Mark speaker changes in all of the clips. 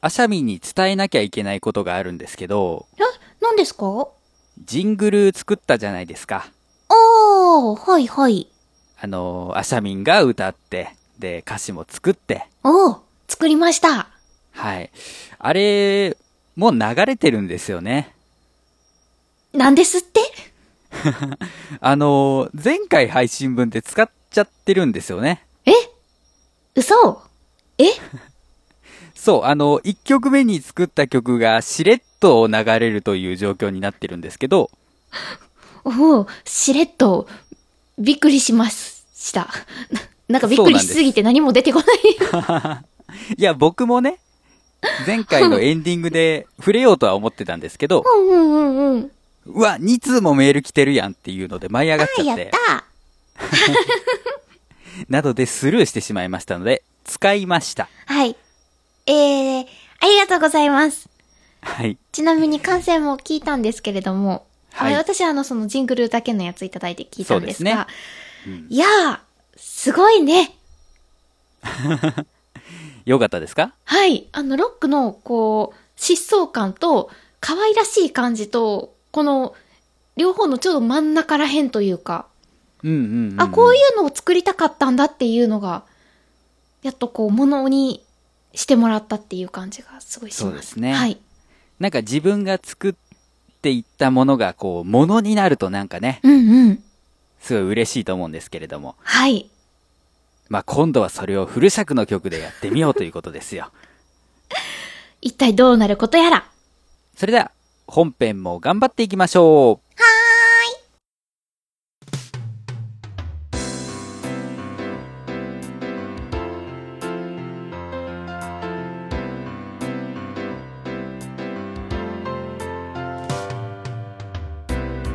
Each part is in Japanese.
Speaker 1: あしゃみんに伝えなきゃいけないことがあるんですけど、
Speaker 2: 何ですかお
Speaker 1: ジングル作ったじゃないですか。
Speaker 2: ー、はいはい。
Speaker 1: あの、あしゃみんが歌って、で、歌詞も作って、
Speaker 2: おー、作りました。
Speaker 1: はい。あれ、もう流れてるんですよね。
Speaker 2: なんですって
Speaker 1: あの、前回配信分で使っちゃってるんですよね。
Speaker 2: え嘘え
Speaker 1: そう、あの、1曲目に作った曲がしれっと流れるという状況になってるんですけど、
Speaker 2: おー、しれっと、びっくりしました。 ななんかびっくりしすぎて何も出てこない。
Speaker 1: いや、僕もね、前回のエンディングで触れようとは思ってたんですけど、
Speaker 2: うんうんうんうん。
Speaker 1: うわ、2通もメール来てるやんっていうので舞い上がっちゃって、
Speaker 2: た
Speaker 1: などでスルーしてしまいましたので、使いました。
Speaker 2: はい。えー、ありがとうございます。
Speaker 1: はい。
Speaker 2: ちなみに感染も聞いたんですけれども、
Speaker 1: はい
Speaker 2: あれ私はあの、そのジングルだけのやついただいて聞いたんですが、
Speaker 1: そうですねうん
Speaker 2: いやー、すごいね。
Speaker 1: よかったですか
Speaker 2: はい。あの、ロックの、こう、疾走感と、可愛らしい感じと、この、両方のちょうど真ん中ら辺というか、
Speaker 1: うんうんうんうん。
Speaker 2: あ、こういうのを作りたかったんだっていうのが、やっとこう、ものにしてもらったっていう感じがすごいします。
Speaker 1: そうですね
Speaker 2: はい。
Speaker 1: なんか自分が作っていったものが、こう、ものになるとなんかね、
Speaker 2: うんうん。
Speaker 1: すごい嬉しいと思うんですけれども、
Speaker 2: はい。
Speaker 1: まあ今度はそれをフル尺の曲でやってみようということですよ。
Speaker 2: 一体どうなることやら。
Speaker 1: それでは、本編も頑張っていきましょう。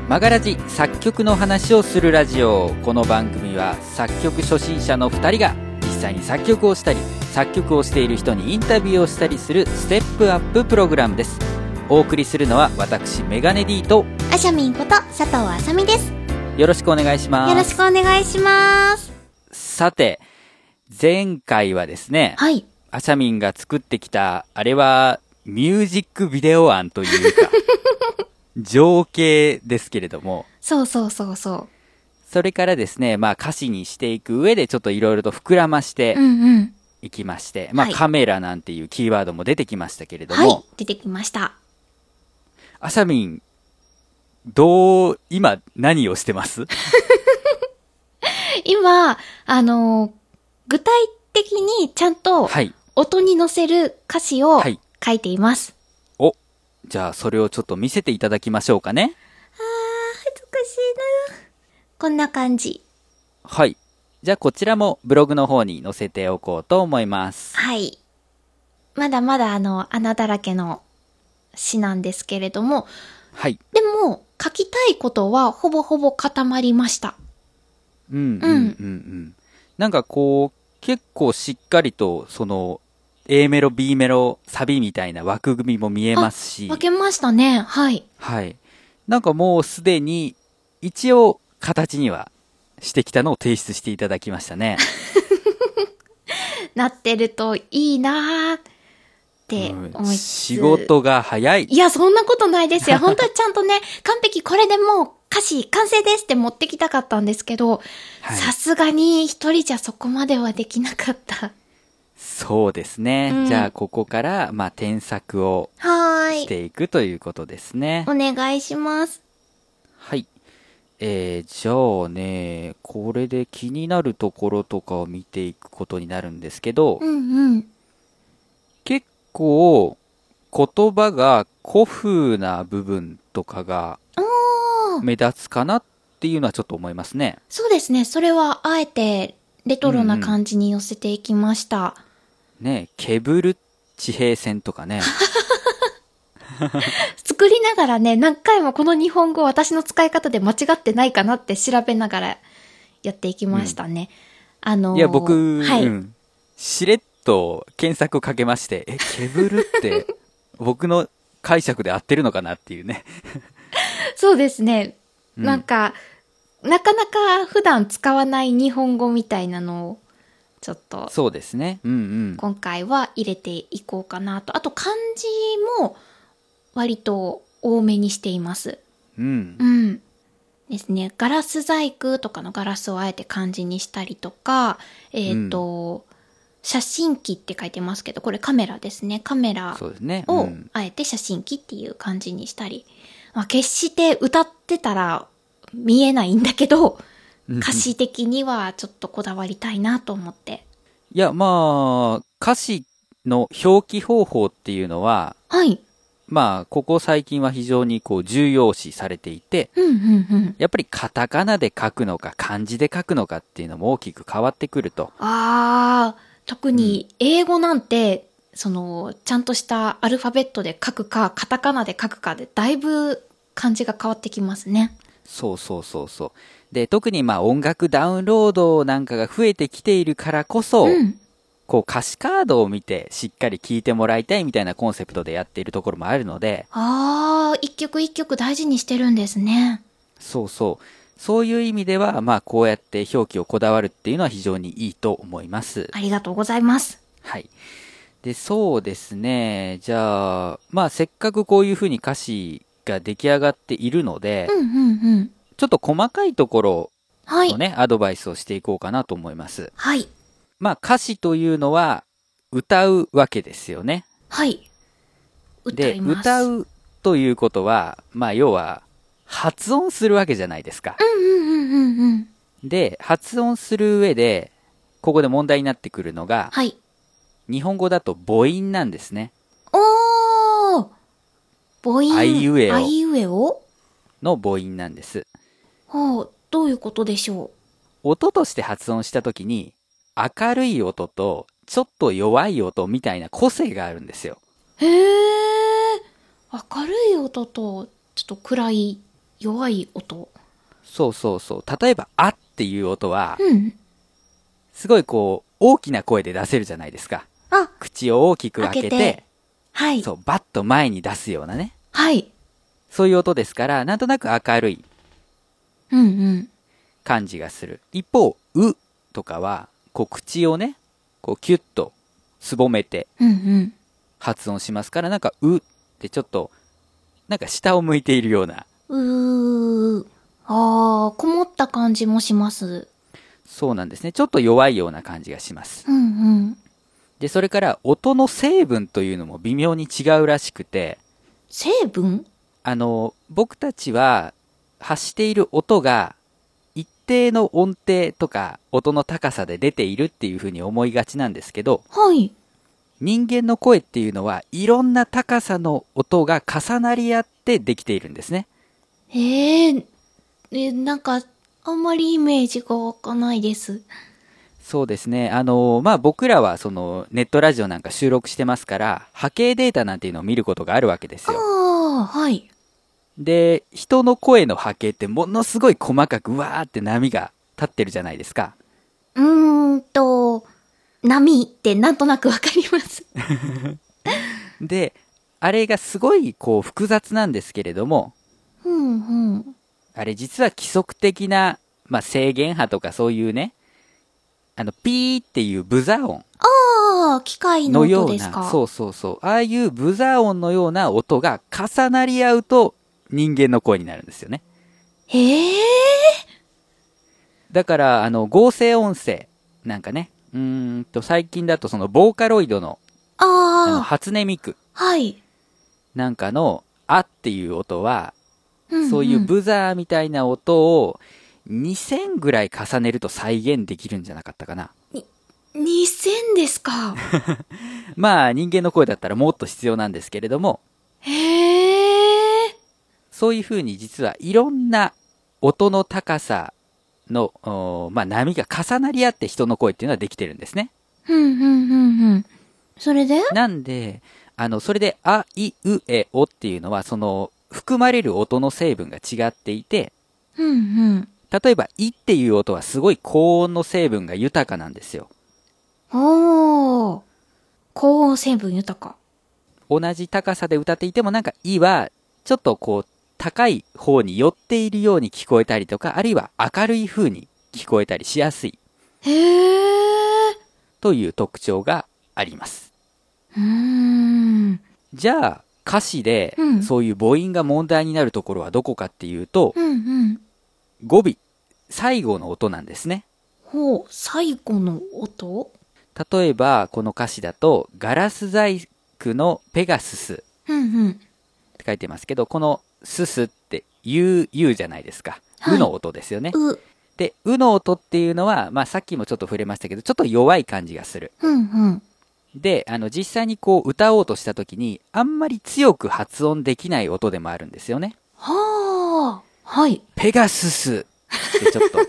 Speaker 1: マガラジ作曲の話をするラジオこの番組は作曲初心者の2人が実際に作曲をしたり作曲をしている人にインタビューをしたりするステップアッププログラムですお送りするのは私メガネ D と
Speaker 2: あしゃみんこと佐藤あさみです。
Speaker 1: よろしくお願いします
Speaker 2: よろしくお願いします。
Speaker 1: さて前回はですね
Speaker 2: はい。
Speaker 1: あしゃみんが作ってきたあれはミュージックビデオ案という か情景ですけれども
Speaker 2: そうそうそうそ
Speaker 1: それからですね、まあ歌詞にしていく上でちょっといろいろと膨らまし
Speaker 2: う。
Speaker 1: て
Speaker 2: うんうん。
Speaker 1: いきまして、まあ
Speaker 2: はい
Speaker 1: カメラなんていうキーワードも出てきましたけれども、
Speaker 2: はい。出てきました。
Speaker 1: あさみん、どう、今何をしてます
Speaker 2: 今、あのー具体的にちゃんと
Speaker 1: はい。
Speaker 2: 音に乗せる歌詞を
Speaker 1: はい
Speaker 2: 書いています。
Speaker 1: お、じゃあそれをちょっと見せていただきましょうかね。
Speaker 2: 美しいなこんな感じ。
Speaker 1: はい。じゃあこちらもブログの方に載せておこうと思います。
Speaker 2: はい。まだまだあの、穴だらけの詩なんですけれども、
Speaker 1: はい。
Speaker 2: でも、書きたいことはほぼほぼ固まりました。
Speaker 1: うん、うん、うん、
Speaker 2: うん
Speaker 1: うん。なんかこう、結構しっかりと、その、A メロ、B メロ、サビみたいな枠組みも見えますし。
Speaker 2: 分けましたね。はい。
Speaker 1: はい。なんかもうすでに、一応、形にはしてきたのを提出していただきましたね。
Speaker 2: なってるといいなーって
Speaker 1: うん
Speaker 2: 思いつつ
Speaker 1: 仕事が早い。
Speaker 2: いや、そんなことないですよ。 本当はちゃんとね、完璧これでもう歌詞完成ですって持ってきたかったんですけど、
Speaker 1: はい
Speaker 2: さすがに一人じゃそこまではできなかった。
Speaker 1: そうですね。
Speaker 2: うん
Speaker 1: じゃあ、ここから、まあ、添削を
Speaker 2: は
Speaker 1: し。ていくということですね。
Speaker 2: お願いします。
Speaker 1: はい。えー、じゃあね、これで気になるところとかを見ていくことになるんですけど、
Speaker 2: うんうん。
Speaker 1: 結構、言葉が古風な部分とかが
Speaker 2: おー
Speaker 1: 目立つかなっていうのはちょっと思いますね。
Speaker 2: そうですね。それはあえてレトロな感じに寄せていきました。
Speaker 1: ねケブル地平線とかね。
Speaker 2: 作りながらね、何回もこの日本語私の使い方で間違ってないかなって調べながらやっていきましたね。あのー
Speaker 1: いや、僕、
Speaker 2: はい。
Speaker 1: うんしれっと検索をかけまして、え、ケブルって、 僕の解釈で合ってるのかなっていうね。
Speaker 2: そうですね。
Speaker 1: うん
Speaker 2: なんか、なかなか普段使わない日本語みたいなのをちょっと
Speaker 1: そうですね。うんうん。
Speaker 2: 今回は入れていこうかなと。あと漢字も割と多めにしています。
Speaker 1: うん
Speaker 2: う。ん。ですね。ガラス細工とかのガラスをあえて漢字にしたりとか、えっ、と、写真機って書いてますけど、これカメラですね。カメラ
Speaker 1: そうですね。う
Speaker 2: を
Speaker 1: ん、
Speaker 2: あえて写真機っていう感じにしたり。まあ、決して歌ってたら見えないんだけど、歌詞的にはちょっとこだわりたいなと思って。
Speaker 1: いや、まあ、歌詞の表記方法っていうのは、
Speaker 2: はい。
Speaker 1: まあ、ここ最近は非常にこう重要視されていて、
Speaker 2: うんうんうん。
Speaker 1: やっぱりカタカナで書くのか漢字で書くのかっていうのも大きく変わってくると。
Speaker 2: あー、特に英語なんて、その、ちゃんとしたアルファベットで書くか、カタカナで書くかで、だいぶ漢字が変わってきますね。
Speaker 1: そうそうそうそう。で、特にまあ音楽ダウンロードなんかが増えてきているからこそ、
Speaker 2: ん。
Speaker 1: こう歌詞カードを見てしっかり聴いてもらいたいみたいなコンセプトでやっているところもあるので、
Speaker 2: あー、一曲一曲大事にしてるんですね。
Speaker 1: そうそう。そういう意味では、まあこうやって表記をこだわるっていうのは非常にいいと思います。
Speaker 2: ありがとうございます。
Speaker 1: はい。で、そうですね。じゃあ、まあせっかくこういうふうに歌詞が出来上がっているので、
Speaker 2: うんうんうん。
Speaker 1: ちょっと細かいところ
Speaker 2: は
Speaker 1: の
Speaker 2: い。
Speaker 1: ね、アドバイスをしていこうかなと思います。
Speaker 2: はい。
Speaker 1: まあ歌詞というのは歌うわけですよね。
Speaker 2: はい。歌
Speaker 1: で、
Speaker 2: います。
Speaker 1: 歌
Speaker 2: う。
Speaker 1: うということは、まあ要は発音するわけじゃないですか。
Speaker 2: うんうんうんうんうん。
Speaker 1: で、発音する上で、ここで問題になってくるのが、
Speaker 2: はい。
Speaker 1: 日本語だと母音なんですね。
Speaker 2: おー母音。
Speaker 1: あいうえお
Speaker 2: あいうえお
Speaker 1: の母音なんです。
Speaker 2: ほう、どういうことでしょ
Speaker 1: 音として発音した時に、明るい音と、ちょっと弱い音みたいな個性があるんですよ。
Speaker 2: うへえ。明るい音と、ちょっと暗い、弱い音。
Speaker 1: そうそうそう。例えば、あっていう音は、
Speaker 2: うん。
Speaker 1: すごいこう、大きな声で出せるじゃないですか。
Speaker 2: あ、
Speaker 1: 口を大きく開けて、
Speaker 2: 開けてはい。
Speaker 1: そう、バッと前に出すようなね。
Speaker 2: はい。
Speaker 1: そういう音ですから、なんとなく明るい
Speaker 2: うんうん。
Speaker 1: 感じがする。一方、うとかは、こう、口をね、こう、キュッと、すぼめて
Speaker 2: うんうん。
Speaker 1: 発音しますから、なんか、うってちょっと、なんか下を向いているような、
Speaker 2: うー。あー、こもった感じもします。
Speaker 1: そうなんですね。ちょっと弱いような感じがします。
Speaker 2: うんうん。
Speaker 1: で、それから、音の成分というのも微妙に違うらしくて、
Speaker 2: 成分
Speaker 1: あの、僕たちは発している音が一定の音程とか音の高さで出ているっていうふうに思いがちなんですけど、
Speaker 2: はい。
Speaker 1: 人間の声っていうのはいろんな高さの音が重なり合ってできているんですね。
Speaker 2: えー、え、なんか、あんまりイメージが湧かないです。
Speaker 1: そうですね。あの、まあ、僕らはそのネットラジオなんか収録してますから、波形データなんていうのを見ることがあるわけです
Speaker 2: あ
Speaker 1: よ。
Speaker 2: ー、はい。
Speaker 1: で、人の声の波形ってものすごい細かくわーって波が立ってるじゃないですか。
Speaker 2: うーんと、波ってなんとなくわかり ます。
Speaker 1: で、あれがすごいこう複雑なんですけれども、
Speaker 2: うんうん。
Speaker 1: あれ実は規則的な、まあ、制限波とかそういうね、あの、ピーっていうブザ音
Speaker 2: ああ、機械の
Speaker 1: のよ
Speaker 2: 音
Speaker 1: う
Speaker 2: ですか。
Speaker 1: な、そうそうそう、ああいうブザ音のような音が重なり合うと人間の声になるんですよね。
Speaker 2: へえ。
Speaker 1: だから、あの、合成音声なんかね、うーんと、最近だとそのボーカロイドの、あの、
Speaker 2: ああ、
Speaker 1: 初音ミク
Speaker 2: はい。
Speaker 1: なんかの、あっていう音は、
Speaker 2: んん
Speaker 1: そういうブザーみたいな音を2000ぐらい重ねると再現できるんじゃなかったかな。
Speaker 2: 2000で すか。
Speaker 1: まあ人間の声だったらもっと必要なんですけれども、
Speaker 2: へえ。
Speaker 1: そういう風に実はいろんな音の高さの、おーまあ波が重なり合って人の声っていうのはできてるんですね。
Speaker 2: うんうんうんうん。それで
Speaker 1: なんで、あの、それで、あ、い、う、え、おっていうのは、その、含まれる音の成分が違っていて、
Speaker 2: うんうん。
Speaker 1: 例えば、いっていう音はすごい高音の成分が豊かなんですよ。
Speaker 2: おお。高音成分豊か。
Speaker 1: 同じ高さで歌っていてもなんか「い」はちょっとこう高い方に寄っているように聞こえたりとかあるいは明るい風に聞こえたりしやすい
Speaker 2: へえ。
Speaker 1: という特徴があります。
Speaker 2: うーん。
Speaker 1: じゃあ、歌詞で
Speaker 2: うん
Speaker 1: そういう母音が問題になるところはどこかっていうと、
Speaker 2: うんうん。
Speaker 1: 語尾、最後の音なんですね。
Speaker 2: ほう、最後の音
Speaker 1: 例えば、この歌詞だと、ガラス細工のペガスス
Speaker 2: うんうん。
Speaker 1: って書いてますけど、このススって、ゆう、ゆうじゃないですか。
Speaker 2: はいう
Speaker 1: の音ですよね。
Speaker 2: う、うん
Speaker 1: で、うの音っていうのは、まあさっきもちょっと触れましたけど、ちょっと弱い感じがする。
Speaker 2: うん。
Speaker 1: で、あの、実際にこう歌おうとした時に、あんまり強く発音できない音でもあるんですよね。
Speaker 2: はあ、はい。
Speaker 1: ペガススってちょっと。
Speaker 2: なん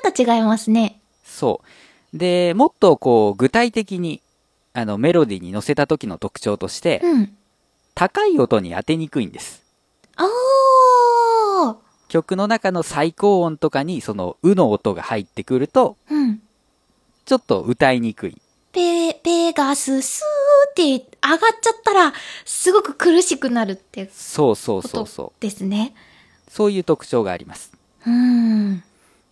Speaker 2: か違いますね。
Speaker 1: そう。で、もっとこう具体的に、あの、メロディーに乗せた時の特徴として、
Speaker 2: うん。
Speaker 1: 高い音に当てにくいんです。
Speaker 2: ああ、
Speaker 1: 曲の中の最高音とかに、その、うの音が入ってくると、
Speaker 2: うん。
Speaker 1: ちょっと歌いにくい。
Speaker 2: ペ、ペガススーって上がっちゃったら、すごく苦しくなるって
Speaker 1: そうそう
Speaker 2: こ
Speaker 1: そう
Speaker 2: と
Speaker 1: そ
Speaker 2: ですね。
Speaker 1: う。そういう特徴があります。
Speaker 2: うーん。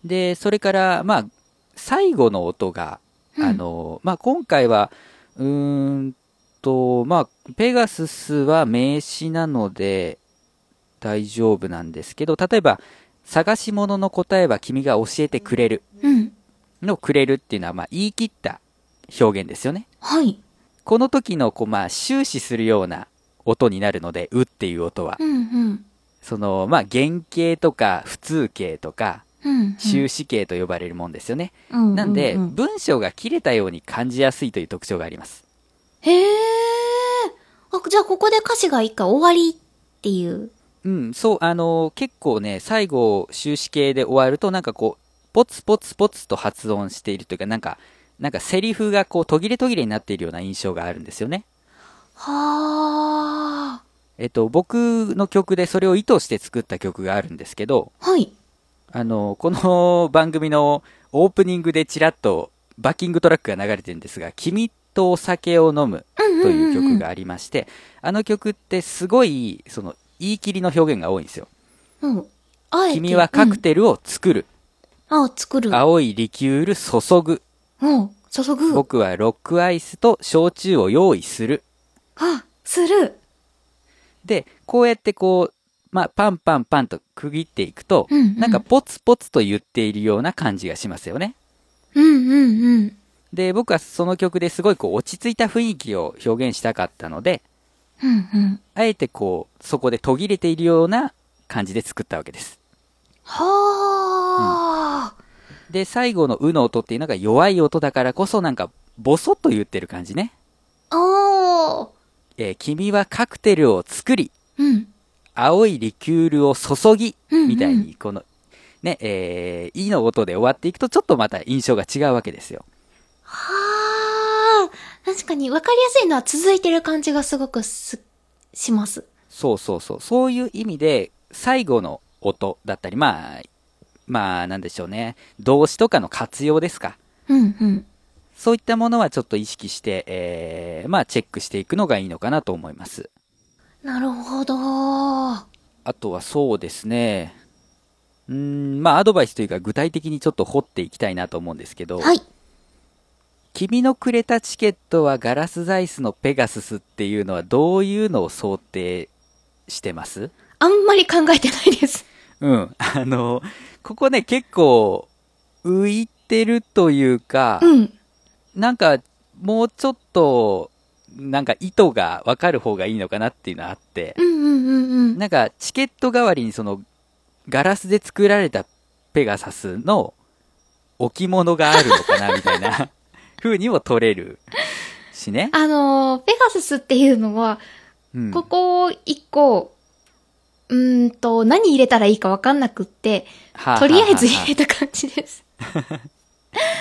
Speaker 1: で、それから、まあ、最後の音が、
Speaker 2: うん
Speaker 1: あの、まあ、今回は、うーんと、まあ、ペガススは名詞なので大丈夫なんですけど、例えば、探し物の答えは君が教えてくれる
Speaker 2: うん。
Speaker 1: のくれるっていうのは、まあ、言い切った表現ですよね。
Speaker 2: はい。
Speaker 1: この時の、こう、まあ、終始するような音になるので、うっていう音は
Speaker 2: う、んうん。
Speaker 1: その、まあ、原型とか、普通形とか、
Speaker 2: うん、うん。
Speaker 1: 終止形と呼ばれるもんですよね。
Speaker 2: うんうんうん
Speaker 1: なんで、文章が切れたように感じやすいという特徴があります。
Speaker 2: へえ。あ、じゃあここで歌詞が一回終わりっていう。
Speaker 1: うん、そう、あのー結構ね、最後、終止形で終わると、なんかこう、ポツポツポツと発音しているというか、なんか、なんかセリフがこう途切れ途切れになっているような印象があるんですよね。
Speaker 2: はあ。
Speaker 1: えっと、僕の曲でそれを意図して作った曲があるんですけど、
Speaker 2: はい。
Speaker 1: あのーこの番組のオープニングでちらっとバッキングトラックが流れてるんですが、君とお酒を飲む
Speaker 2: うん
Speaker 1: という曲が
Speaker 2: あ
Speaker 1: ありまして、あの曲ってすごい、その、言い切りの表現が多いんですよ。
Speaker 2: る。うん。あえて。
Speaker 1: 君はカクテルを作る。
Speaker 2: うん。あ、作る。
Speaker 1: 青いリキュール注ぐ。
Speaker 2: うん。注ぐ。
Speaker 1: 僕はロックアイスと焼酎を用意する。
Speaker 2: あ、する。
Speaker 1: で、こうやってこう、まあ、パンパンパンと区切っていくと、
Speaker 2: うんうん
Speaker 1: なんかポツポツと言っているような感じがしますよね。
Speaker 2: うんうんうん。
Speaker 1: で、僕はその曲ですごいこう落ち着いた雰囲気を表現したかったので、
Speaker 2: うんうん。
Speaker 1: あえてこう、そこで途切れているような感じで作ったわけです。
Speaker 2: はあ。
Speaker 1: で、最後の「う」の音っていうのが弱い音だからこそなんか、ボソッと言ってる感じね。
Speaker 2: おー。
Speaker 1: えー君はカクテルを作り、
Speaker 2: うん。
Speaker 1: 青いリキュールを注ぎ、
Speaker 2: うんうん
Speaker 1: みたいに、この、ね、えー、いの音で終わっていくと、ちょっとまた印象が違うわけですよ。
Speaker 2: はあ。確かに分かりやすいのは続いてる感じがすごくす、します。
Speaker 1: そうそうそう。そういう意味で、最後の音だったり、まあ、まあ、なんでしょうね。動詞とかの活用ですか。
Speaker 2: うんうん。
Speaker 1: そういったものはちょっと意識して、えー、まあ、チェックしていくのがいいのかなと思います。
Speaker 2: なるほど。は
Speaker 1: あとはそうですね。うーん、まあアドバイスというか具体的にちょっと掘っていきたいなと思うんですけど、
Speaker 2: い。
Speaker 1: 君のくれたチケットはガラスザイスのペガススっていうのはどういうのを想定してます
Speaker 2: あんまり考えてないです。
Speaker 1: うん。あの、ここね結構浮いてるというか、
Speaker 2: うん。
Speaker 1: なんかもうちょっとなんか意図がわかる方がいいのかなっていうのはあって、
Speaker 2: うんうんうんうん。
Speaker 1: なんか、チケット代わりにその、ガラスで作られたペガサスの置物があるのかな、みたい な風にも取れるしね。
Speaker 2: あのー、ペガサスっていうのは、
Speaker 1: うん、
Speaker 2: ここを一個、うーんと、何入れたらいいかわかんなくって、
Speaker 1: はは
Speaker 2: とりあえず入
Speaker 1: は
Speaker 2: れた感じです。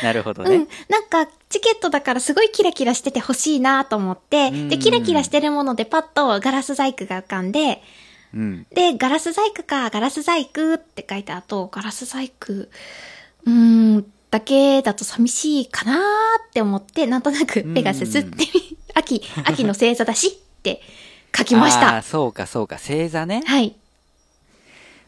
Speaker 1: なるほど
Speaker 2: う
Speaker 1: ね
Speaker 2: ん。。なんか、チケットだからすごいキラキラしてて欲しいなと思って、
Speaker 1: うん
Speaker 2: で、キラキラしてるものでパッとガラス細工が浮かんで、
Speaker 1: うん。
Speaker 2: で、ガラス細工か、ガラス細工って書いた後、ガラス細工、うーん、だけだと寂しいかなーって思って、なんとなく
Speaker 1: うん
Speaker 2: ペガサスって、 秋、秋の星座だしって書きまし
Speaker 1: あー
Speaker 2: た。
Speaker 1: そうか、そうか、星座ね。
Speaker 2: はい。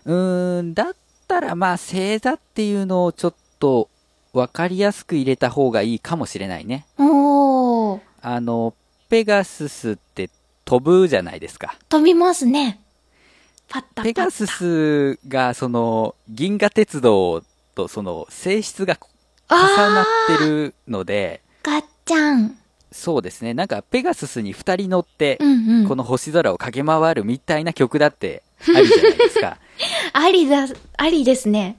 Speaker 1: うーん、だったらまあ、星座っていうのをちょっと分かりやすく入れた方がいいかもしれないね。
Speaker 2: おー、
Speaker 1: あの、ペガススって飛ぶじゃないですか。
Speaker 2: 飛びますね。パッタパッタ。
Speaker 1: ペガススがその銀河鉄道とその性質が重なってるので、
Speaker 2: ガッチャン。
Speaker 1: そうですね。なんかペガススに2人乗って
Speaker 2: う、んう
Speaker 1: こ
Speaker 2: ん。
Speaker 1: の星空を駆け回るみたいな曲だってあるじゃないです か。
Speaker 2: ありだ、ありですね。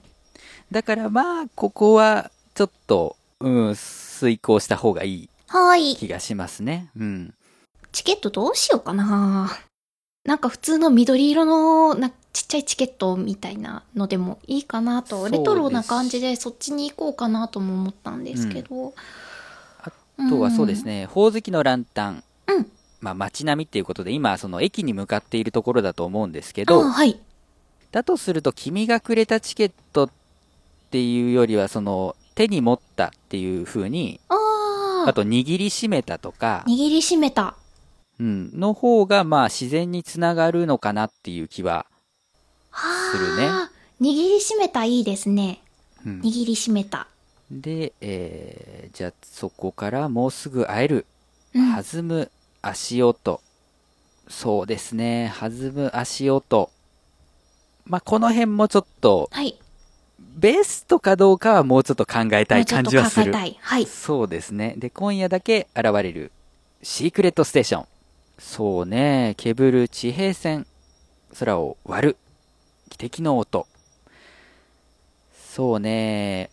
Speaker 1: だからまあ、ここはちょっと、うん、遂行した方がいい
Speaker 2: はーい。
Speaker 1: 気がしますね。うん。
Speaker 2: チケットどうしようかな。なんか普通の緑色のなちっちゃいチケットみたいなのでもいいかな
Speaker 1: そう
Speaker 2: と、
Speaker 1: です
Speaker 2: レトロな感じでそっちに行こうかなとも思ったんですけど。
Speaker 1: あとはそうですね、宝石のランタン。
Speaker 2: うん
Speaker 1: まあ街並みっていうことで、今、その駅に向かっているところだと思うんですけ
Speaker 2: うん。
Speaker 1: ど、
Speaker 2: あはい。
Speaker 1: だとすると、君がくれたチケットっていうよりは、その、手に持ったっていう風に、
Speaker 2: あ
Speaker 1: あ
Speaker 2: あ。
Speaker 1: と握りしめたとか、
Speaker 2: 握りしめた。
Speaker 1: うん、の方が、まあ自然につながるのかなっていう気は、
Speaker 2: は
Speaker 1: するね
Speaker 2: あ。握りしめたいいですね。
Speaker 1: うん
Speaker 2: 握りしめた。
Speaker 1: で、えーじゃあそこからもうすぐ会える、
Speaker 2: うん
Speaker 1: 弾む足音。そうですね、弾む足音。まあ、この辺もちょっと、
Speaker 2: はい。
Speaker 1: ベストかどうかはもうちょっと考えた
Speaker 2: もう
Speaker 1: い
Speaker 2: ちょ
Speaker 1: 感
Speaker 2: っと
Speaker 1: じはす
Speaker 2: 考え
Speaker 1: る。
Speaker 2: たい。はい。
Speaker 1: そうですね。で、今夜だけ現れる、シークレットステーション。そうね、ケブル地平線。空を割る、汽笛の音。そうね、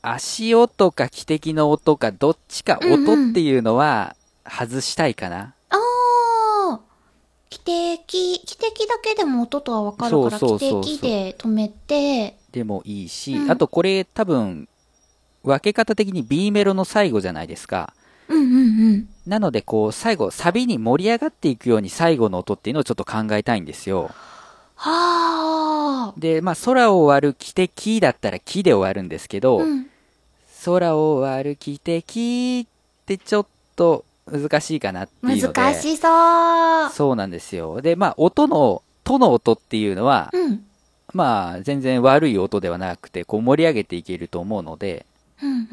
Speaker 1: 足音か汽笛の音か、どっちか音っていうのは、外したいかな。
Speaker 2: ああ。汽笛、汽笛だけでも音とはわかるから、
Speaker 1: そうそう
Speaker 2: 汽
Speaker 1: そうそう
Speaker 2: 笛で止めて、
Speaker 1: でもいいし、
Speaker 2: うん
Speaker 1: あとこれ多分、分け方的に B メロの最後じゃないですか。
Speaker 2: うんうんうん。
Speaker 1: なので、こう、最後、サビに盛り上がっていくように最後の音っていうのをちょっと考えたいんですよ。
Speaker 2: はあ。
Speaker 1: で、まあ、空を割る汽笛だったら木で終わるんですけど、
Speaker 2: うん。
Speaker 1: 空を割る汽笛ってちょっと難しいかなっていうので。
Speaker 2: 難しそう。
Speaker 1: そうなんですよ。で、まあ、音の、との音っていうのは、
Speaker 2: うん。
Speaker 1: まあ、全然悪い音ではなくて、こう盛り上げていけると思うので、
Speaker 2: うん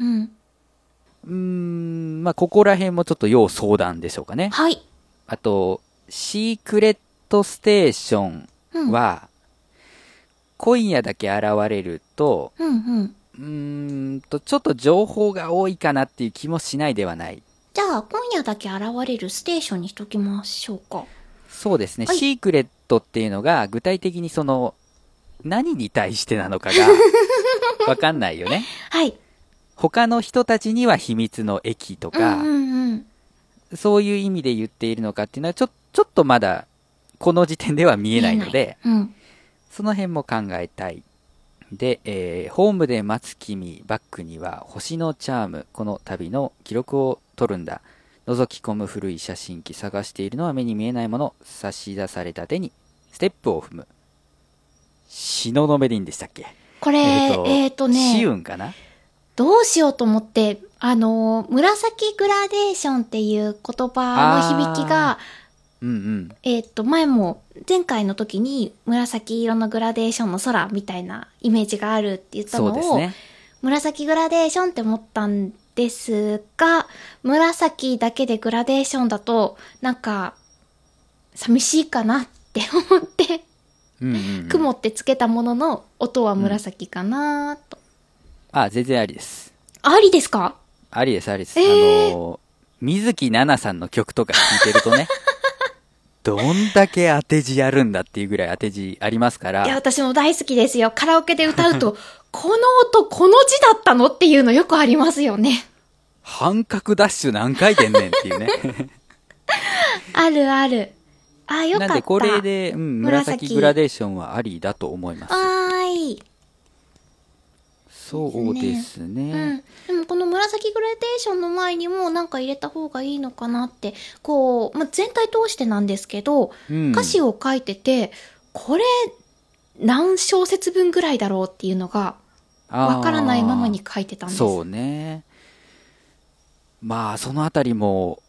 Speaker 2: うん。
Speaker 1: うーん、まあ、ここら辺もちょっと要相談でしょうかね。
Speaker 2: はい。
Speaker 1: あと、シークレットステーション
Speaker 2: うん。
Speaker 1: は、今夜だけ現れると、
Speaker 2: うんうん。
Speaker 1: うーんと、ちょっと情報が多いかなっていう気もしないではない。
Speaker 2: じゃあ、今夜だけ現れるステーションにしときましょうか。
Speaker 1: そうですね、
Speaker 2: はい
Speaker 1: シークレットっていうのが具体的にその、何に対してなのかが、わかんないよね。
Speaker 2: はい。
Speaker 1: 他の人たちには秘密の駅と
Speaker 2: うん
Speaker 1: か、
Speaker 2: うんうん。
Speaker 1: そういう意味で言っているのかっていうのは、ちょ、ちょっとまだ、この時点では見えないので、
Speaker 2: 見えない。うん。
Speaker 1: その辺も考えたい。で、えーホームで待つ君、バックには星のチャーム、この旅の記録を取るんだ。覗き込む古い写真機、探しているのは目に見えないもの、差し出された手に、ステップを踏む。シノノメリンでしたっけ
Speaker 2: これ、えっ、ーと
Speaker 1: シウ
Speaker 2: ね、
Speaker 1: ンかな
Speaker 2: どうしようと思って、あのー、紫グラデーションっていう言葉の響きが、
Speaker 1: うんうん。
Speaker 2: えっ、と、前も、前回の時に、紫色のグラデーションの空みたいなイメージがあるって言ったの
Speaker 1: そ
Speaker 2: を、
Speaker 1: うですね。
Speaker 2: 紫グラデーションって思ったんですが、紫だけでグラデーションだと、なんか、寂しいかなって思って、
Speaker 1: うんうんうん
Speaker 2: 雲ってつけたものの音は紫かなと。
Speaker 1: あ、全然ありです。
Speaker 2: ありですか
Speaker 1: ありです、ありです。
Speaker 2: えー
Speaker 1: あのー水木奈々さんの曲とか聴いてる とね、どんだけ当て字やるんだっていうぐらい当て字ありますか
Speaker 2: いや、
Speaker 1: ら、
Speaker 2: 私も大好きですよ。カラオケで歌うと、 この音、この字だったのっていうのよくありますよね。
Speaker 1: 半角ダッシュ何回転ねんっていう ね。
Speaker 2: あるある。あ、よ
Speaker 1: な
Speaker 2: かった。
Speaker 1: んでこれで、うん、
Speaker 2: 紫
Speaker 1: 紫グラデーションはありだと思います。
Speaker 2: わーい。
Speaker 1: そうですね。
Speaker 2: うん、でもこの紫グラデーションの前にもなんか入れた方がいいのかなってこう、まあ、全体通してなんですけど、
Speaker 1: うん
Speaker 2: 歌詞を書いててこれ何小節分ぐらいだろうっていうのがわからないままに書いてたんです。
Speaker 1: そうね。まあ、そのあたりも、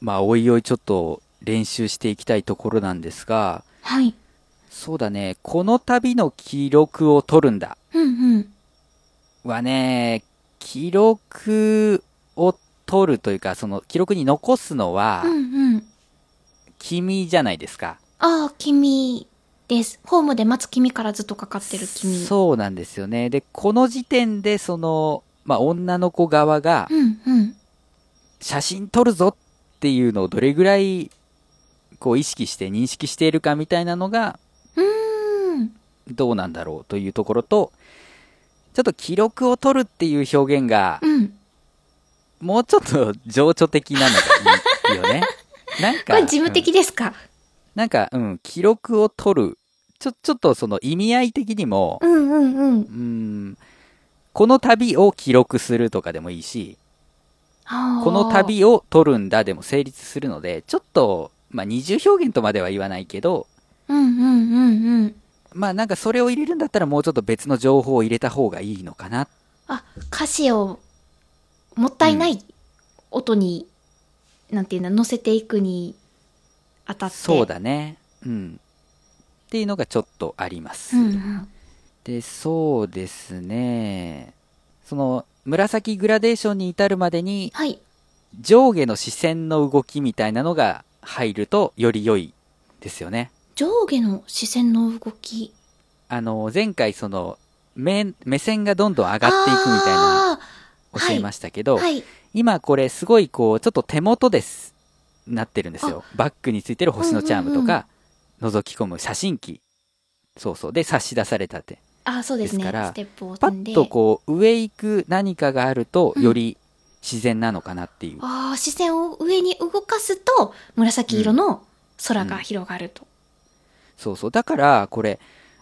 Speaker 1: まあ、おいおいちょっと練習していきたいところなんですが、
Speaker 2: はい。
Speaker 1: そうだね。この旅の記録を取るんだ。
Speaker 2: うんうん。
Speaker 1: はね、記録を取るというか、その記録に残すのは
Speaker 2: う、んうん。
Speaker 1: 君じゃないですか。
Speaker 2: ああ、君です。ホームで待つ君からずっとかかってる君。
Speaker 1: そうなんですよね。で、この時点で、その、まあ、女の子側が、
Speaker 2: うんうん。
Speaker 1: 写真撮るぞっていうのをどれぐらい、こう意識して認識しているかみたいなのが、
Speaker 2: うーん。
Speaker 1: どうなんだろうというところと、ちょっと記録を取るっていう表現が、
Speaker 2: うん。
Speaker 1: もうちょっと情緒的なのがいいよ ね。なん
Speaker 2: こ
Speaker 1: か、
Speaker 2: れ事務
Speaker 1: うん
Speaker 2: 的ですか、
Speaker 1: なんか、うん、記録を取る。ちょ、ちょっとその意味合い的にも、
Speaker 2: うん、うんうんうん
Speaker 1: うーん、この旅を記録するとかでもいいし、こ
Speaker 2: こ
Speaker 1: の。旅を取るんだでも成立するので、ちょっと、まあ、二重表現とまでは言わないけど、
Speaker 2: うんうんうんうん。
Speaker 1: まあなんかそれを入れるんだったらもうちょっと別の情報を入れた方がいいのかな。
Speaker 2: あ、歌詞を、もったいない音に、なんていうの、乗せていくにあたって。
Speaker 1: そう。だね。うん。っていうのがちょっとあります。
Speaker 2: うんうん。
Speaker 1: で、そうですね。その、紫グラデーションに至るまでに
Speaker 2: はい。
Speaker 1: 上下の視線の動きみたいなのが入るとより良いですよね。
Speaker 2: 上下の視線の動き。
Speaker 1: あの、前回その、目、目線がどんどん上がっていくみたいな
Speaker 2: あ
Speaker 1: 教えましたけど、
Speaker 2: ー。はい。
Speaker 1: 今これすごいこう、ちょっと手元です、なってるんですよ。バッグについてる星のチャームとか、覗き込む写真機。そうそう。で、差し出されたって。
Speaker 2: あー、そうですね。
Speaker 1: ですから
Speaker 2: ステップを
Speaker 1: パ
Speaker 2: 踏ん
Speaker 1: ッ
Speaker 2: で。
Speaker 1: とこう、上行く何かがあると、
Speaker 2: うん
Speaker 1: より自然なのかなっていう。
Speaker 2: ああ、視線を上に動かすと、紫色の空が広がると。
Speaker 1: そうそう。だから、これ、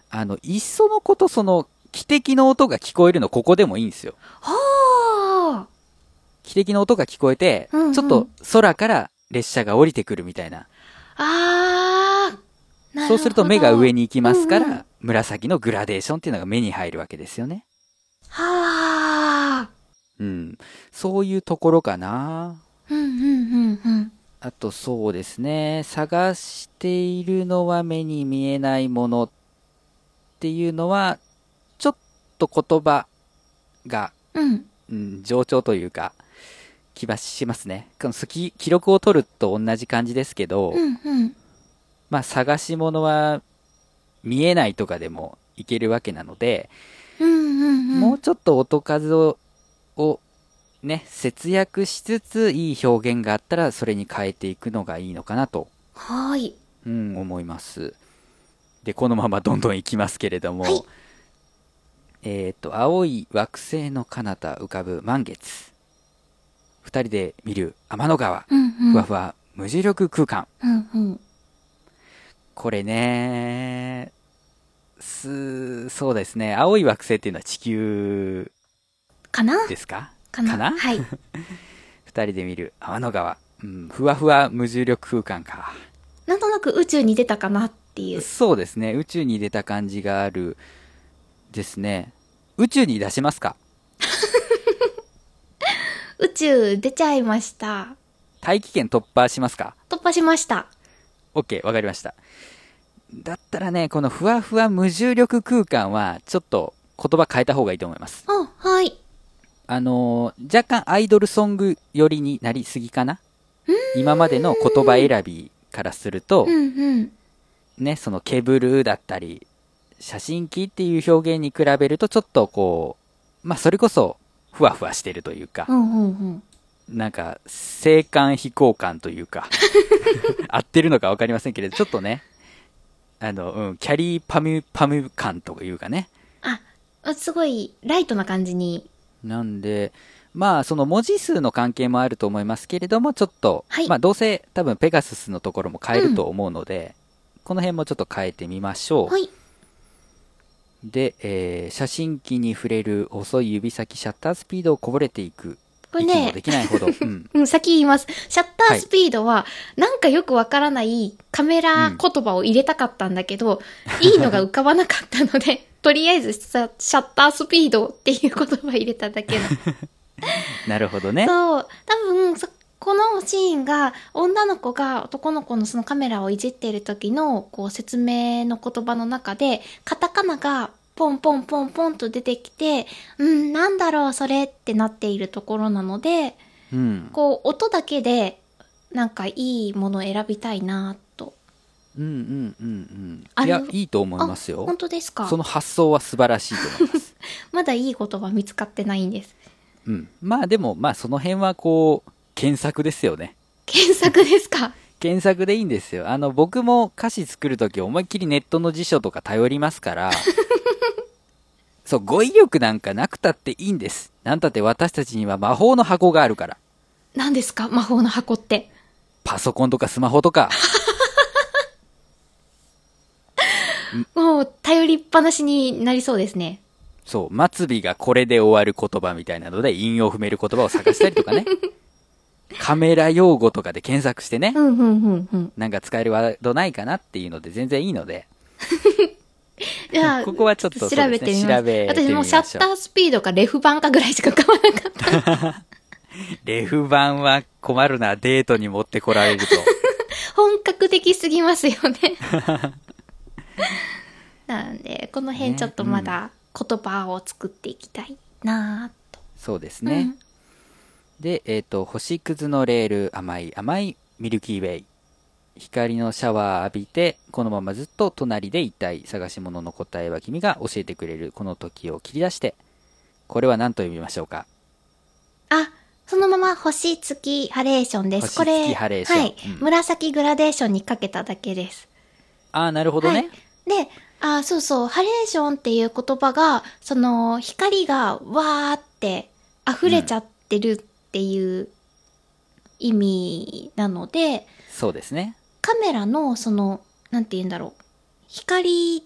Speaker 1: あの、いっそのことその、汽笛の音が聞こえるのここでもいいんですよ。
Speaker 2: はあ、
Speaker 1: 汽笛の音が聞こえて、
Speaker 2: うんうん
Speaker 1: ちょっと空から列車が降りてくるみたいな。
Speaker 2: ああ、なるほど
Speaker 1: そうすると目が上。に行きますから、
Speaker 2: うんうん
Speaker 1: 紫のグラデーションっていうのが目に入るわけですよね。
Speaker 2: はあ、
Speaker 1: うん。そういうところかな。
Speaker 2: うんうんうんうん。
Speaker 1: あとそうですね、探しているのは目に見えないものっていうのは、ちょっと言葉が、
Speaker 2: うん。
Speaker 1: うん、冗長というか、気がしますね。この記記録を取ると同じ感じですけど、
Speaker 2: うんうん。
Speaker 1: まあ探し物は見えないとかでもいけるわけなので、
Speaker 2: うんうんうん。
Speaker 1: もうちょっと音数ををね節約しつついい表現があったらそれに変えていくのがいいのかなと、
Speaker 2: はーい。
Speaker 1: うん、思いますでこのままどんどんいきますけれども、
Speaker 2: はい
Speaker 1: えっ、と青い惑星の彼方浮かぶ満月二人で見る天の川
Speaker 2: うんうん。
Speaker 1: ふわふわ無重力空間
Speaker 2: うんうん。
Speaker 1: これねすそうですね青い惑星っていうのは地球
Speaker 2: かな
Speaker 1: ですか
Speaker 2: かな
Speaker 1: かな
Speaker 2: はい。
Speaker 1: 二人で見る天の川、うん、ふわふわ無重力空間か
Speaker 2: なんとなく宇宙に出たかなっていう。
Speaker 1: そうですね宇宙に出た感じがあるですね宇宙に出しますか
Speaker 2: 宇宙出ちゃいました。
Speaker 1: 大気圏突破しますか
Speaker 2: 突破しました。
Speaker 1: OK わかりましただったらねこのふわふわ無重力空間はちょっと言葉変えた方がいいと思います
Speaker 2: あ、はい。
Speaker 1: あのー若干アイドルソング寄りになりすぎかな今までの言葉選びからすると、
Speaker 2: うんうん。
Speaker 1: ね、そのケールだったり、写真機っていう表現に比べるとちょっとこう、まあそれこそふわふわしてるというか
Speaker 2: う、んうんうん。
Speaker 1: なんか静観非交感というか、 合ってるのかわかりませんけれど、ちょっとね、あの、うん、キャリーパミュパミュ感というかね。
Speaker 2: あ、すごいライトな感じに。
Speaker 1: なんで、まあその文字数の関係もあると思いますけれども、ちょっと、
Speaker 2: はい
Speaker 1: まあどうせ多分ペガススのところも変えると思うので、この辺もちょっと変えてみましょう。
Speaker 2: はい。
Speaker 1: で、えー写真機に触れる細い指先シャッタースピードをこぼれていく
Speaker 2: これ
Speaker 1: 息も
Speaker 2: ね
Speaker 1: で、きないほど、うん、
Speaker 2: うん、先言います。シャッタースピードは、なんかよくわからないカメラ言葉を入れたかったんだけ ど、いいのが浮かばなかったので、とりあえずさシャッタースピードっていう言葉入れただけの。
Speaker 1: なるほどね
Speaker 2: そう、多分、そこのシーンが、女の子が男の子のそのカメラをいじっている時の、こう、説明の言葉の中で、カタカナがポンポンポンポンと出てきて、うん、なんだろう、それってなっているところなので、
Speaker 1: うん
Speaker 2: こう、音だけで、なんかいいものを選びたいなと。
Speaker 1: うんうんうんう
Speaker 2: あ
Speaker 1: んい
Speaker 2: れ
Speaker 1: やいいと思います
Speaker 2: 本
Speaker 1: よ
Speaker 2: 当ですか
Speaker 1: その発想は素晴らしいと 思います
Speaker 2: まだいい言葉見つかってないんです。
Speaker 1: うんまあでもまあその辺はこう検索ですよね
Speaker 2: 検索ですか
Speaker 1: 検索でいいんですよあの僕も歌詞作るとき思いっきりネットの辞書とか頼りますから そう語彙力なんかなくたっていいんですなんたって私たちには魔法の箱があるから
Speaker 2: 何ですか魔法の箱って。
Speaker 1: パソコンとかスマホと か
Speaker 2: もう、頼りっぱなしになりそうですね。
Speaker 1: そう末尾がこれで終わる言葉みたいなので韻を踏める言葉を探したりとかね カメラ用語とかで検索してね
Speaker 2: うん、うん、うん、うん。
Speaker 1: なんか使えるワードないかなっていうので全然いいので
Speaker 2: じゃあ、
Speaker 1: ここはちょっとそうですね
Speaker 2: 調べてみます。
Speaker 1: 調べてみましょう
Speaker 2: 私もうシャッタースピードかレフ版かぐらいしか買わなかった。
Speaker 1: レフ版は困るなデートに持ってこられる と
Speaker 2: 本格的すぎますよ ね。なんで、この辺ちょっとまだ言葉を作っていきたいなぁと。
Speaker 1: そうですね、で、えっ、と、星屑のレール、甘い甘いミルキーウェイ。光のシャワー浴びて、このままずっと隣でいたい。探し物の答えは君が教えてくれる。この時を切り出して。これは何と読みましょうか
Speaker 2: うん。あ、そのまま星月ハレーションです。
Speaker 1: 星月ハレーション
Speaker 2: これ、はい、
Speaker 1: うん
Speaker 2: 紫グラデーションにかけただけです。
Speaker 1: ああ、なるほどね。
Speaker 2: はい、で、あ、そうそう、ハレーションっていう言葉が、その、光がわーって溢れちゃってるっていう意味なので、
Speaker 1: そうですね。
Speaker 2: カメラのそのなんて言うんだろう光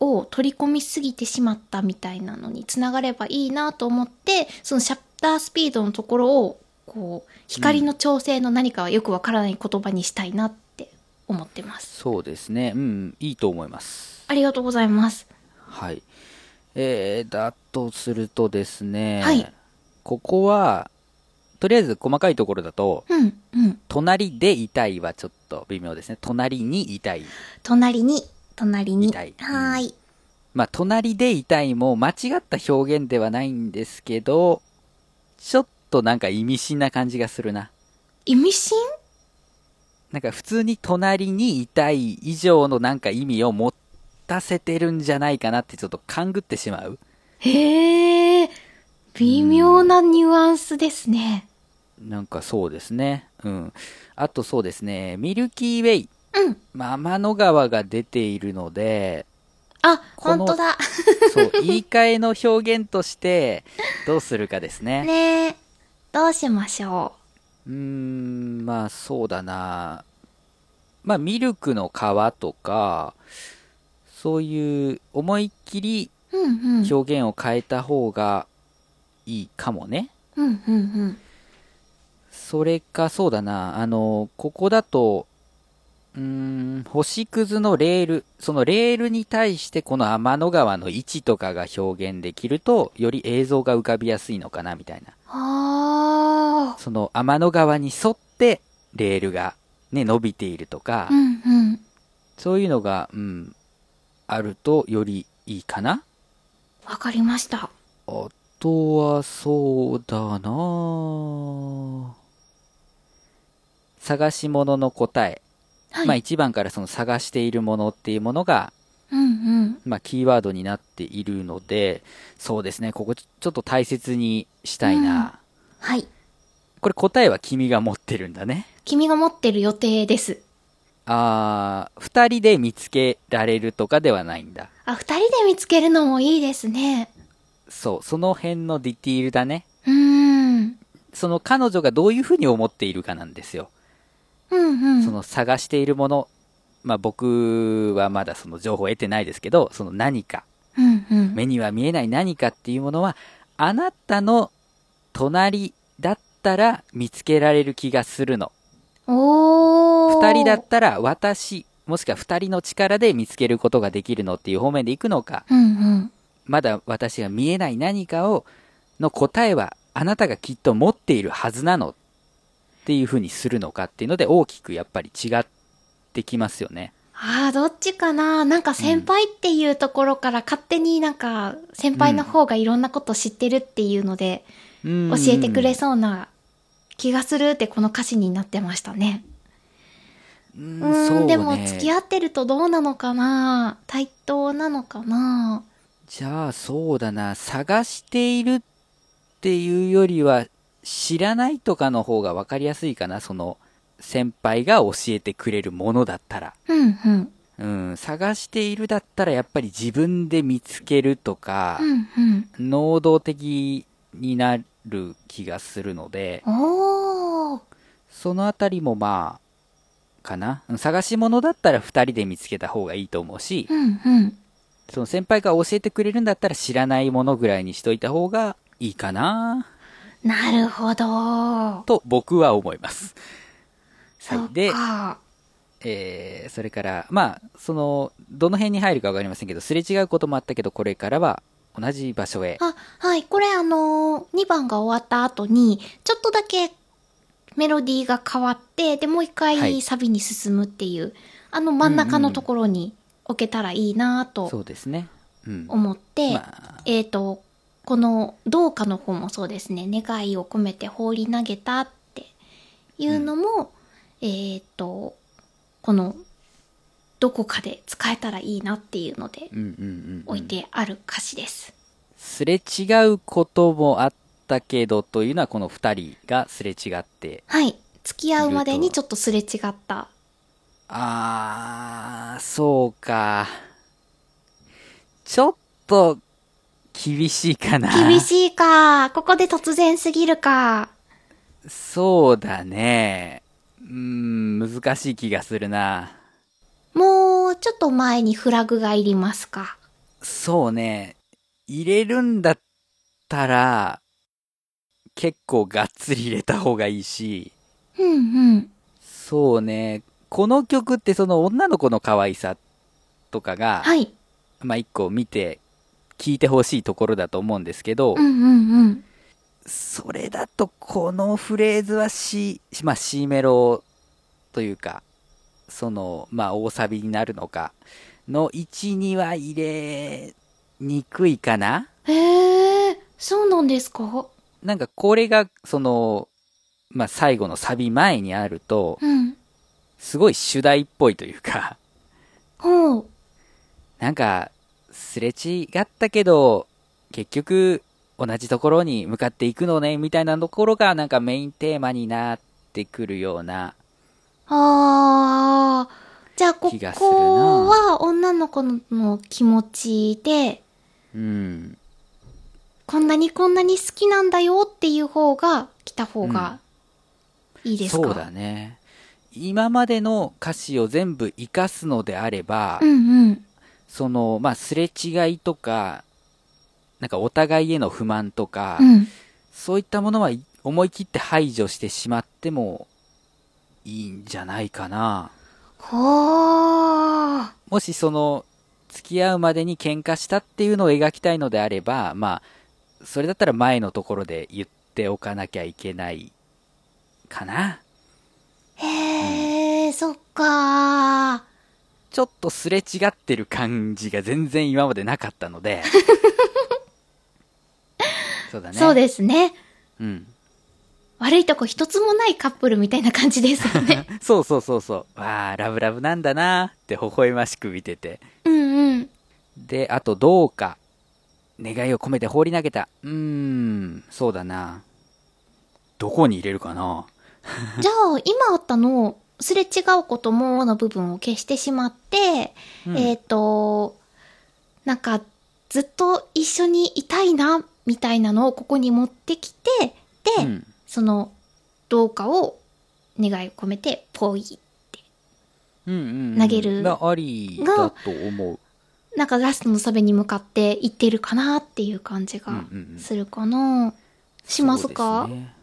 Speaker 2: を取り込みすぎてしまったみたいなのにつながればいいなと思ってそのシャッタースピードのところをこう光の調整の何かはよくわからない言葉にしたいなって思ってます、
Speaker 1: そうですね。うん、いいと思います。
Speaker 2: ありがとうございます
Speaker 1: はい。えー、だとするとですね。
Speaker 2: はい
Speaker 1: ここは、とりあえず細かいところだと、
Speaker 2: うんうん
Speaker 1: 隣でいたいはちょっと微妙ですね。隣にいたい。
Speaker 2: 隣に隣に
Speaker 1: 見たい
Speaker 2: はーい、
Speaker 1: まあ、隣でいたいも間違った表現ではないんですけど、ちょっとなんか意味深な感じがするな。
Speaker 2: 意味深
Speaker 1: なんか普通に隣にいたい以上のなんか意味を持たせてるんじゃないかなってちょっと勘ぐってしまう。
Speaker 2: へえ微妙なニュアンスですね
Speaker 1: なんかそうですね。うん。あとそうですね、ミルキーウェイ。
Speaker 2: うん
Speaker 1: まあ天の川が出ているの で、
Speaker 2: あ
Speaker 1: この
Speaker 2: 本当だ
Speaker 1: そう、言い換えの表現として、どうするかですね。
Speaker 2: ねえどうしましょう
Speaker 1: うーん、まあそうだな。まあミルクの皮とか、そういう思いっきり
Speaker 2: うんうん。うん
Speaker 1: 表現を変えた方がいいかもね。
Speaker 2: うんうん。
Speaker 1: それかそうだな、あの、ここだと、うーん、星屑のレール、そのレールに対してこの天の川の位置とかが表現できると、より映像が浮かびやすいのかなみたいな。
Speaker 2: あ
Speaker 1: その天の川に沿ってレールがね、伸びているとか、
Speaker 2: あ。うんうん。
Speaker 1: そういうのが、うん、あるとよりいいかな。
Speaker 2: わかりました。
Speaker 1: あとは、そうだな探し物の答え。
Speaker 2: はい。
Speaker 1: まあ一番からその探しているものっていうものが、
Speaker 2: うんうん。
Speaker 1: まあキーワードになっているので、そうですね、ここちょちょっと大切にしたいな。
Speaker 2: はい。
Speaker 1: これ答えは君が持ってるんだね。
Speaker 2: 君が持ってる予定です。
Speaker 1: あー、二人で見つけられるとかではないんだ。
Speaker 2: あ、二人で見つけるのもいいですね。
Speaker 1: そう、その辺のディティールだね。
Speaker 2: うーん。
Speaker 1: その彼女がどういうふうに思っているかなんですよ。
Speaker 2: うんうん。
Speaker 1: その探しているもの、まあ僕はまだその情報を得てないですけど、その何か、
Speaker 2: うんうん。
Speaker 1: 目には見えない何かっていうものは、あなたの隣だったら見つけられる気がするの。
Speaker 2: おー。
Speaker 1: 二人だっ。たら私、もしくは二人の力で見つけることができるのっていう方面で行くのか、
Speaker 2: うんうん。
Speaker 1: まだ私が見えない何かを、の答えはあなたがきっと持っているはずなのっていうふうにするのかっていうので大きくやっぱり違ってきますよね。
Speaker 2: ああ、どっちかななんか先輩っていうところから勝手になんか先輩の方がいろんなこと知ってるっていうので
Speaker 1: 教
Speaker 2: 教えてくれそうな気がするってこの歌詞になってましたね。
Speaker 1: う
Speaker 2: うんーん、
Speaker 1: そうね
Speaker 2: でも付き合ってるとどうなのかな対等なのかな
Speaker 1: じゃあそうだな探しているっていうよりは知らないとかの方が分かりやすいかなその先輩が教えてくれるものだったら、
Speaker 2: うんうん。
Speaker 1: うん、探しているだったらやっぱり自分で見つけるとか
Speaker 2: う、んうん。
Speaker 1: 能動的になる気がするので
Speaker 2: おー。
Speaker 1: そのあたりもまあかなうん探し物だったら2人で見つけた方がいいと思うし、
Speaker 2: うんうん。
Speaker 1: その先輩が教えてくれるんだったら知らないものぐらいにしといた方がいいかな
Speaker 2: なるほど。
Speaker 1: と僕は思います。
Speaker 2: そ
Speaker 1: は
Speaker 2: う
Speaker 1: い。で、
Speaker 2: か。
Speaker 1: えーそれから、まあ、その、どの辺に入るかわかりませんけど、すれ違うこともあったけど、これからは同じ場所へ。
Speaker 2: あ、はい。これあのー、2番が終わった後に、ちょっとだけメロディーが変わって、で、もう一
Speaker 1: はい
Speaker 2: 回サビに進むっていう、あの真ん中のところに置けたらいいな
Speaker 1: そ
Speaker 2: と
Speaker 1: うですね。うん。
Speaker 2: 思って、
Speaker 1: まあ、
Speaker 2: えっ、と、このどうかの方もそうですね、願いを込めて放り投げたっていうのも、えっ、と、この、どこかで使えたらいいなっていうので
Speaker 1: うんうんうん、うん。
Speaker 2: 置いてある歌詞です。
Speaker 1: すれ違うこともあったけどというのは、この二人がすれ違って、
Speaker 2: はい。付き合うまでにちょっとすれ違った。
Speaker 1: あー、そうか。ちょっと、厳しいかな。
Speaker 2: 厳しいか。ここで突然すぎるか。
Speaker 1: そうだね。うーん、難しい気がするな。
Speaker 2: もうちょっと前にフラグがいりますか。
Speaker 1: そうね。入れるんだったら、結構がっつり入れた方がいいし、
Speaker 2: うんうん。
Speaker 1: そうね。この曲ってその女の子の可愛さとかが、
Speaker 2: はい。
Speaker 1: まあ一個見て、聞いてほしいところだと思うんですけど、
Speaker 2: うんうんうん。
Speaker 1: それだとこのフレーズは C、まあ、C メロというか、その、まあ、大サビになるのか、の位置には入れにくいかな
Speaker 2: へえ、そうなんですか
Speaker 1: なんかこれが、その、まあ、最後のサビ前にあると、
Speaker 2: うん。
Speaker 1: すごい主題っぽいというか、
Speaker 2: ほう。
Speaker 1: なんか、すれ違ったけど、結局、同じところに向かっていくのね、みたいなところが、なんかメインテーマになってくるような、
Speaker 2: あー。じゃあ、こ
Speaker 1: 気がする
Speaker 2: こは女の子の気持ちで、
Speaker 1: うん。
Speaker 2: こんなにこんなに好きなんだよっていう方が、来た方がいいですか、
Speaker 1: そうだね今までの歌詞を全部生かすのであれば、
Speaker 2: うんうん。
Speaker 1: そのまあすれ違いとかなんかお互いへの不満とか、
Speaker 2: うん。
Speaker 1: そういったものはい思い切って排除してしまってもいいんじゃないかな
Speaker 2: ほー。
Speaker 1: もしその付き合うまでに喧嘩したっていうのを描きたいのであればまあそれだったら前のところで言っておかなきゃいけないかな
Speaker 2: へえ、そっかー。
Speaker 1: ちょっとすれ違ってる感じが全然今までなかったの で。そうだね。
Speaker 2: そうですね。
Speaker 1: うん。
Speaker 2: 悪いとこ一つもないカップルみたいな感じです よね。
Speaker 1: そうそうそうそう。わあ、ラブラブなんだなーって微笑ましく見てて。
Speaker 2: うんうん。
Speaker 1: で、あと、どうか。願いを込めて放り投げた。うーん、そうだな。どこに入れるかな
Speaker 2: じゃあ、今あったの、すれ違うこともの部分を消してしまって、
Speaker 1: うん
Speaker 2: えっ、と、なんか、ずっと一緒にいたいな、みたいなのをここに持ってきて、
Speaker 1: う
Speaker 2: で、
Speaker 1: ん。
Speaker 2: その、どうかを願いを込めて、ぽい。
Speaker 1: うんうん、うん。
Speaker 2: 投げる
Speaker 1: がありだと思う。
Speaker 2: なんかラストのサビに向かっていってるかなっていう感じ
Speaker 1: うんう
Speaker 2: が
Speaker 1: んうん
Speaker 2: するかな。しますか
Speaker 1: そうですね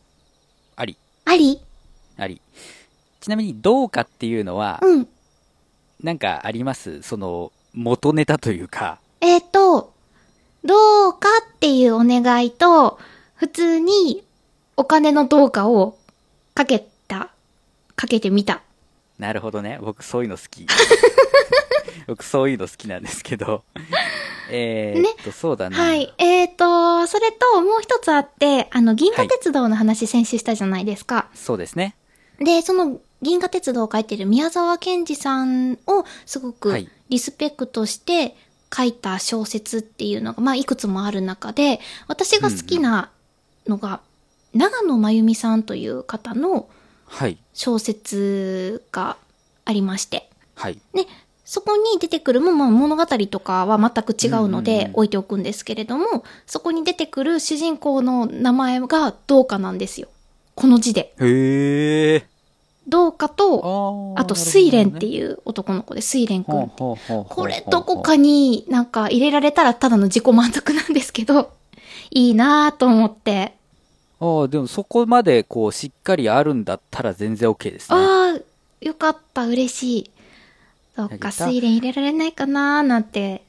Speaker 1: あり、
Speaker 2: あり
Speaker 1: あり。ちなみに、どうかっていうのは、
Speaker 2: うん。
Speaker 1: なんかありますその、元ネタというか。
Speaker 2: えっ、と、どうかっていうお願いと、普通にお金のどうかをかけた、かけてみた。
Speaker 1: なるほどね。僕そういうの好き。 僕そういうの好きなんですけど。 えーっと、そうだね。
Speaker 2: はい。えっ、と、それともう一つあって、あの、銀河鉄道の話先週したじゃないですか。
Speaker 1: そうですね。
Speaker 2: で、その銀河鉄道を書いてる宮沢賢治さんをすご
Speaker 1: は
Speaker 2: く
Speaker 1: い
Speaker 2: リスペクトして書いた小説っていうのが、まあ、いくつもある中で、私が好きなのが、長野真由美さんという方の
Speaker 1: はい。
Speaker 2: 小説がありまして、
Speaker 1: はい。
Speaker 2: ね、そこに出てくるも、まあ、物語とかは全く違うの
Speaker 1: うんうんう
Speaker 2: で
Speaker 1: ん
Speaker 2: 置いておくんですけれども、そこに出てくる主人公の名前がどうかなんですよ。この字で。
Speaker 1: へえ。
Speaker 2: どうか
Speaker 1: あ
Speaker 2: と、
Speaker 1: ー
Speaker 2: あと、睡蓮って
Speaker 1: なる
Speaker 2: いう男の子で、睡蓮く
Speaker 1: ほどね
Speaker 2: ん。
Speaker 1: ほうほうほうほうほう
Speaker 2: これどこかになんか入れられたらただの自己満足なんですけど、 いいなぁと思って。
Speaker 1: ああ、でもそこまでこうしっかりあるんだったら全然 OK ですね。
Speaker 2: ああ、よかった、嬉しい。そっ
Speaker 1: やり
Speaker 2: か、
Speaker 1: た
Speaker 2: 睡蓮入れられないかなぁなんて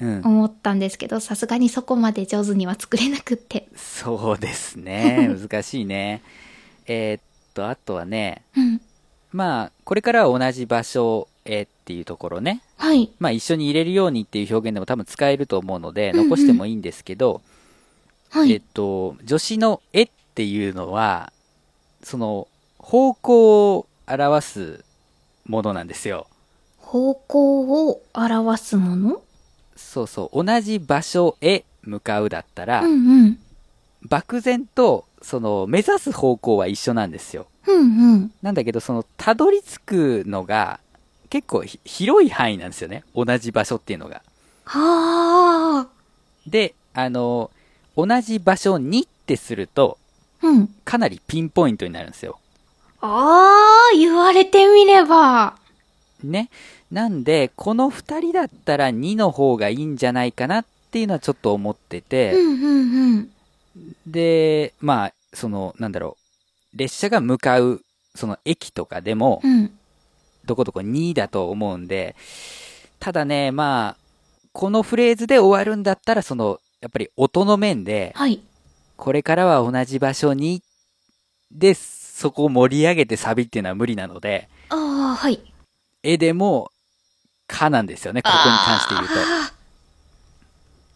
Speaker 1: うん。
Speaker 2: 思ったんですけど、さすがにそこまで上手には作れなくって。
Speaker 1: そうです ね。難しいね。えーっと、あとはね、
Speaker 2: うん。
Speaker 1: まあ、これからは同じ場所へっていうところね。
Speaker 2: はい。
Speaker 1: まあ、一緒に入れるようにっていう表現でも多分使えると思うので、
Speaker 2: うんうん
Speaker 1: 残してもいいんですけど、
Speaker 2: は
Speaker 1: えー
Speaker 2: い
Speaker 1: っ。と、助詞の絵っていうのは、その、方向を表すものなんですよ。
Speaker 2: 方向を表すもの
Speaker 1: そうそう。同じ場所へ向かうだったら、
Speaker 2: うんうん。
Speaker 1: 漠然とその目指す方向は一緒なんですよ
Speaker 2: うんうん。
Speaker 1: なんだけどそのたどり着くのが結構ひ広い範囲なんですよね同じ場所っていうのが
Speaker 2: はあ。
Speaker 1: であの同じ場所にってすると
Speaker 2: うん。
Speaker 1: かなりピンポイントになるんですよ
Speaker 2: ああ、言われてみれば。
Speaker 1: ねなんでこの2人だったら2の方がいいんじゃないかなっていうのはちょっと思って
Speaker 2: うん
Speaker 1: て、
Speaker 2: うんうん。
Speaker 1: でまあそのなんだろう列車が向かうその駅とかでも、
Speaker 2: うん。
Speaker 1: どこどこ2だと思うんで、ただね、まあ、このフレーズで終わるんだったら、その、やっぱり音の面で、
Speaker 2: はい。
Speaker 1: これからは同じ場所に、で、そこを盛り上げてサビっていうのは無理なので、
Speaker 2: ああ、はい。こ
Speaker 1: 絵でも、かなんですよね、ここに関して言う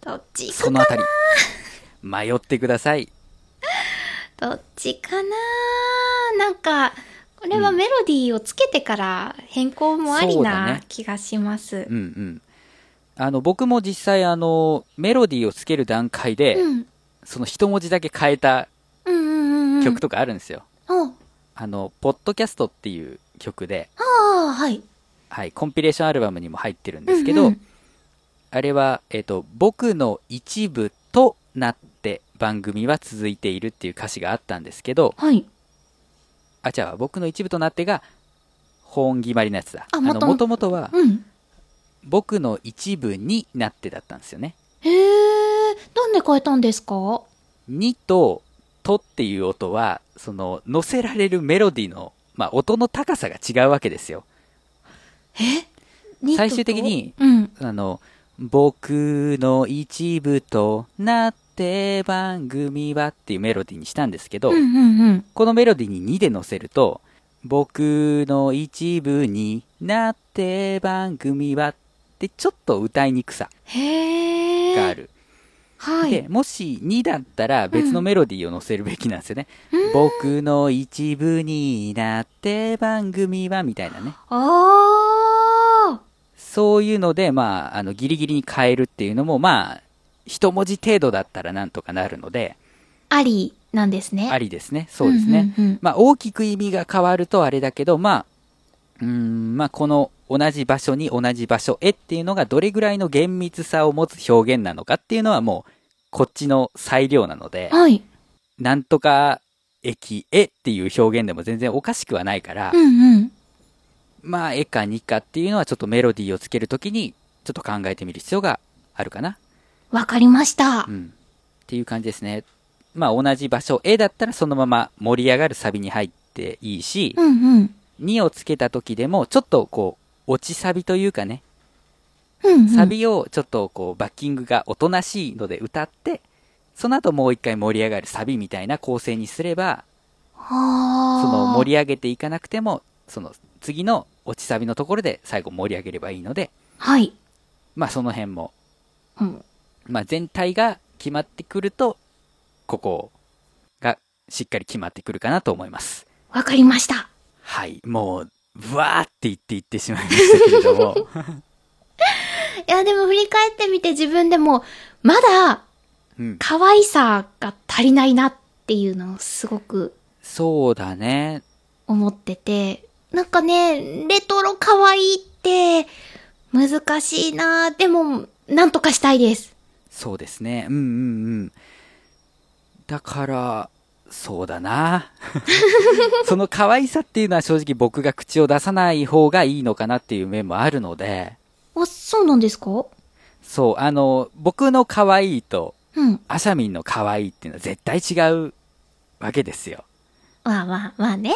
Speaker 1: と。
Speaker 2: と。どっち
Speaker 1: そ
Speaker 2: か
Speaker 1: のあたり、迷ってください。
Speaker 2: どっちかななんか、これはメロディーをつけてから変更もあり
Speaker 1: そうだ
Speaker 2: な
Speaker 1: ね
Speaker 2: 気がします。
Speaker 1: うんうん。あの、僕も実際、あの、メロディーをつける段階で、
Speaker 2: うん。
Speaker 1: その一文字だけ変えた
Speaker 2: うんうんうんうん。
Speaker 1: 曲とかあるんですよ。
Speaker 2: お
Speaker 1: あの、ポッドキャストっていう曲で、
Speaker 2: ああ、はい。
Speaker 1: はい、コンピレーションアルバムにも入ってるんですけど、
Speaker 2: うんうん
Speaker 1: あれは、えっ、と、僕の一部となって番組は続いているっていう歌詞があったんですけど、
Speaker 2: はい。
Speaker 1: あ、じゃあ僕の一部となってが、本決まりのやつだ。
Speaker 2: あ
Speaker 1: の、
Speaker 2: 元々
Speaker 1: もともとは、
Speaker 2: うん。
Speaker 1: 僕の一部になってだったんですよね。
Speaker 2: へえ、なんで変えたんですか
Speaker 1: にと、とっていう音は、その、乗せられるメロディの、まあ、音の高さが違うわけですよ。
Speaker 2: えニットと
Speaker 1: 最終的に
Speaker 2: うん。
Speaker 1: あの、僕の一部となって番組はっていうメロディーにしたんですけど、
Speaker 2: うんうんうん。
Speaker 1: このメロディーに2で乗せると、僕の一部になって番組はってちょっと歌いにくさ
Speaker 2: へえ。
Speaker 1: があ。る。
Speaker 2: はい。
Speaker 1: で、もし2だったら別のメロディーを乗せるべきなんですよね。
Speaker 2: うん
Speaker 1: 僕の一部になって番組はみたいなね。
Speaker 2: ああ
Speaker 1: そういうので、まあ、あの、ギリギリに変えるっていうのも、まあ、一文字程度だったらなんとかなるので、
Speaker 2: ありなんですね。
Speaker 1: ありですね。そうですね。
Speaker 2: うんうんうん
Speaker 1: まあ、大きく意味が変わるとあれだけど、まあ、うーん、まあ、この同じ場所に同じ場所へっていうのがどれぐらいの厳密さを持つ表現なのかっていうのはもう、こっちの裁量なので、
Speaker 2: はい。
Speaker 1: なんとか駅へっていう表現でも全然おかしくはないから
Speaker 2: う、んうん。
Speaker 1: まあ、絵か2かっていうのはちょっとメロディーをつけるときに、ちょっと考えてみる必要があるかな。
Speaker 2: わかりました
Speaker 1: う。ん。っていう感じですね。まあ、同じ場所、絵だったらそのまま盛り上がるサビに入っていいし
Speaker 2: う、んうん。
Speaker 1: 2をつけた時でも、ちょっとこう、落ちサビというかね、
Speaker 2: うんうん。
Speaker 1: サビをちょっとこう、バッキングがおとなしいので歌って、その後もう一回盛り上がるサビみたいな構成にすれば、
Speaker 2: はあ。
Speaker 1: その盛り上げていかなくても、その次の落ちサビのところで最後盛り上げればいいので、
Speaker 2: はい。
Speaker 1: まあその辺も、
Speaker 2: うん。
Speaker 1: まあ、全体が決まってくると、ここがしっかり決まってくるかなと思います。
Speaker 2: わかりました。
Speaker 1: はい、もう、ブワーって言って言ってしまいましたけれど も、
Speaker 2: いや、でも振り返ってみて自分でも、まだ
Speaker 1: うん、
Speaker 2: 可愛さが足りないなっていうのをすごく
Speaker 1: そうだね。
Speaker 2: 思ってて、なんかね、レトロ可愛いって難しいなでも、なんとかしたいです。
Speaker 1: そうですね。うんうんうん。だから、そうだな。 その可愛さっていうのは正直僕が口を出さない方がいいのかなっていう面もあるので、
Speaker 2: あ、そうなんですか
Speaker 1: そう、あの、僕の可愛いと、
Speaker 2: うん。
Speaker 1: アシャミンの可愛いっていうのは絶対違うわけですよ。
Speaker 2: まあまあ、まあね。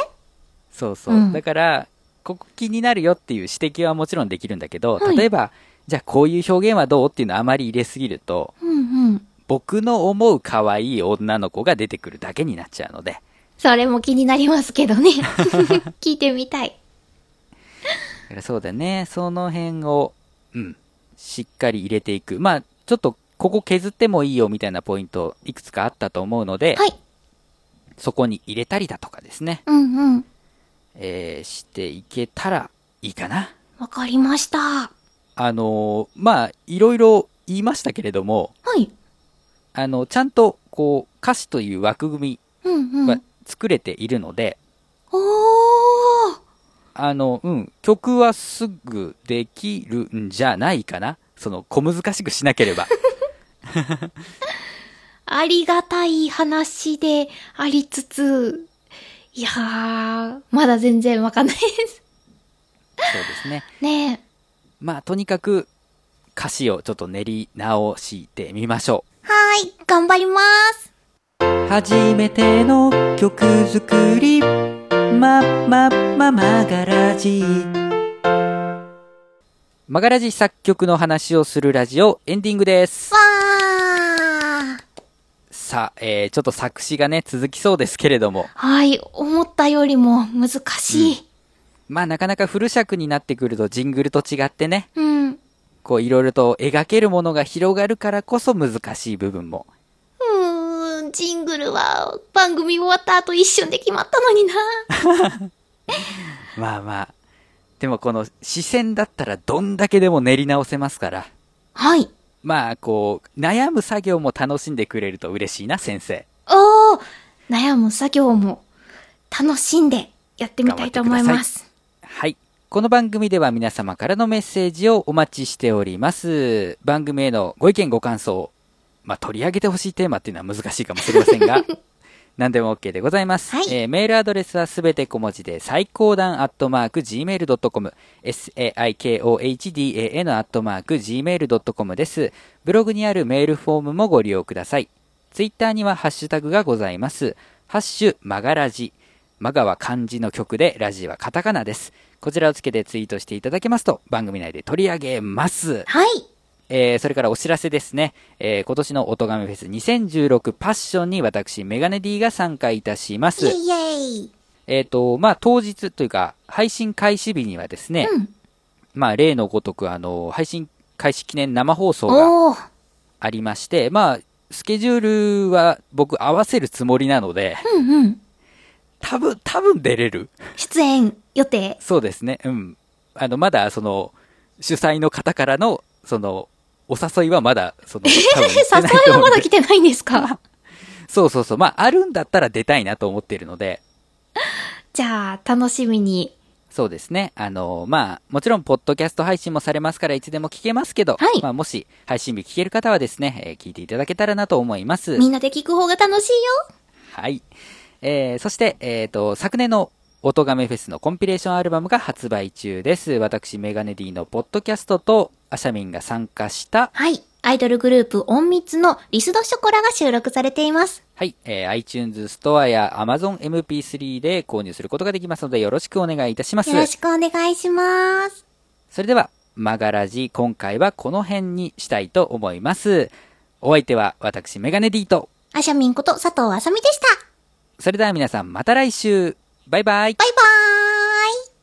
Speaker 1: そうそう。
Speaker 2: うん
Speaker 1: だから、ここ気になるよっていう指摘はもちろんできるんだけど、
Speaker 2: はい
Speaker 1: 例えば、じゃあこういう表現はどうっていうのをあまり入れすぎると、
Speaker 2: うんうん。
Speaker 1: 僕の思う可愛い女の子が出てくるだけになっちゃうので、
Speaker 2: それも気になりますけど ね。聞いてみたい。
Speaker 1: だからそうだね、その辺を、うん、しっかり入れていく。まあ、ちょっとここ削ってもいいよみたいなポイント、いくつかあったと思うので、
Speaker 2: はい。
Speaker 1: そこに入れたりだとかですね、
Speaker 2: うんうん。
Speaker 1: えーしていけたらいいかな。
Speaker 2: わかりました。は
Speaker 1: あのーまあ、いろいろ言いましたけれども、
Speaker 2: い。
Speaker 1: あの、ちゃんと、こう、歌詞という枠組
Speaker 2: うんう
Speaker 1: み
Speaker 2: ん。
Speaker 1: は作れているので、
Speaker 2: おー
Speaker 1: あの、うん、曲はすぐできるんじゃないかな。その、小難しくしなければ。
Speaker 2: ありがたい話でありつつ、いやー、まだ全然わかんないです。
Speaker 1: そうですね。
Speaker 2: ねえ。
Speaker 1: まあ、とにかく、歌詞をちょっと練り直してみましょ
Speaker 2: はーい、頑張ります。
Speaker 1: う。初めての曲作り、ま、ま、ま、まがらじ。まがらじ作曲の話をするラジオ、エンディングです。
Speaker 2: わー。
Speaker 1: さあ、えーちょっと作詞がね、続きそうですけれども、
Speaker 2: はい、思ったよりも難しい。
Speaker 1: まあなかなかフル尺になってくるとジングルと違ってね、
Speaker 2: うん。う
Speaker 1: こういろいろと描けるものが広がるからこそ難しい部分も。
Speaker 2: ーん、ジングルは番組終わった後一瞬で決まったの にな。
Speaker 1: まあまあ。でもこの視線だったらどんだけでも練り直せますから、
Speaker 2: はい。
Speaker 1: まあこう、悩む作業も楽しんでくれると嬉しいな、先生。
Speaker 2: おー、悩む作業も楽しんでやってみたいと思い
Speaker 1: 頑張
Speaker 2: ま
Speaker 1: って
Speaker 2: す。
Speaker 1: はい。この番組では皆様からのメッセージをお待ちしております。番組へのご意見ご感想、まあ、取り上げてほしいテーマっていうのは難しいかもしれません が、何でも OK でございます。
Speaker 2: はい
Speaker 1: えーメールアドレスはすべて小文字で、最高段アットマーク gmail.com、saikohdan アットマーク gmail.com です。ブログにあるメールフォームもご利用ください。ツイッターにはハッシュタグがございます。ハッシュ、マガラジ。マガは漢字の曲で、ラジはカタカナです。こちらをつけてツイートしていただけますと、番組内で取り上げます。
Speaker 2: はい。
Speaker 1: えーそれからお知らせですね。えー今年のおとがめフェス2016パッションに私、メガネ D が参加いたしま
Speaker 2: イェ
Speaker 1: す。
Speaker 2: イイェイ。
Speaker 1: えっ、と、まあ、当日というか、配信開始日にはですね、
Speaker 2: うん。
Speaker 1: まあ、例のごとく、あの、配信開始記念生放送が
Speaker 2: おー。
Speaker 1: ありまして、まあ、スケジュールは僕合わせるつもりなの で、
Speaker 2: うんうん。
Speaker 1: 多分、多分出れる。
Speaker 2: 出演予定。
Speaker 1: そうですね。うん。あの、まだ、その、主催の方からの、その、お誘いはまだ、その、多分
Speaker 2: え、
Speaker 1: 来て
Speaker 2: 誘
Speaker 1: ない
Speaker 2: い
Speaker 1: と
Speaker 2: は
Speaker 1: 思うん
Speaker 2: まだ
Speaker 1: で
Speaker 2: 来てないんですか
Speaker 1: そうそうそう。まあ、あるんだったら出たいなと思っているので、
Speaker 2: じゃあ、楽しみに。
Speaker 1: そうですね。あの、まあ、もちろん、ポッドキャスト配信もされますから、いつでも聞けますけど、
Speaker 2: はい
Speaker 1: まあ、もし、配信日聞ける方はですね、えー聞いていただけたらなと思います。
Speaker 2: みんなで聞く方が楽しいよ。
Speaker 1: はい。えーそして、えっ、と、昨年のおとがめフェスのコンピレーションアルバムが発売中です。私、メガネ D のポッドキャストと、アシャミンが参加した、
Speaker 2: はい。アイドルグループ、音密のリスドショコラが収録されています。
Speaker 1: はい、えー iTunes ストアや Amazon MP3 で購入することができますので、よろしくお願いいたします
Speaker 2: よ。ろしくお願いします。
Speaker 1: それでは、マガラジ、今回はこの辺にしたいと思います。お相手は、私、メガネ D と、
Speaker 2: アシャミンこと佐藤あさみでした。
Speaker 1: それでは皆さん、また来週バイバイ
Speaker 2: バイバーイ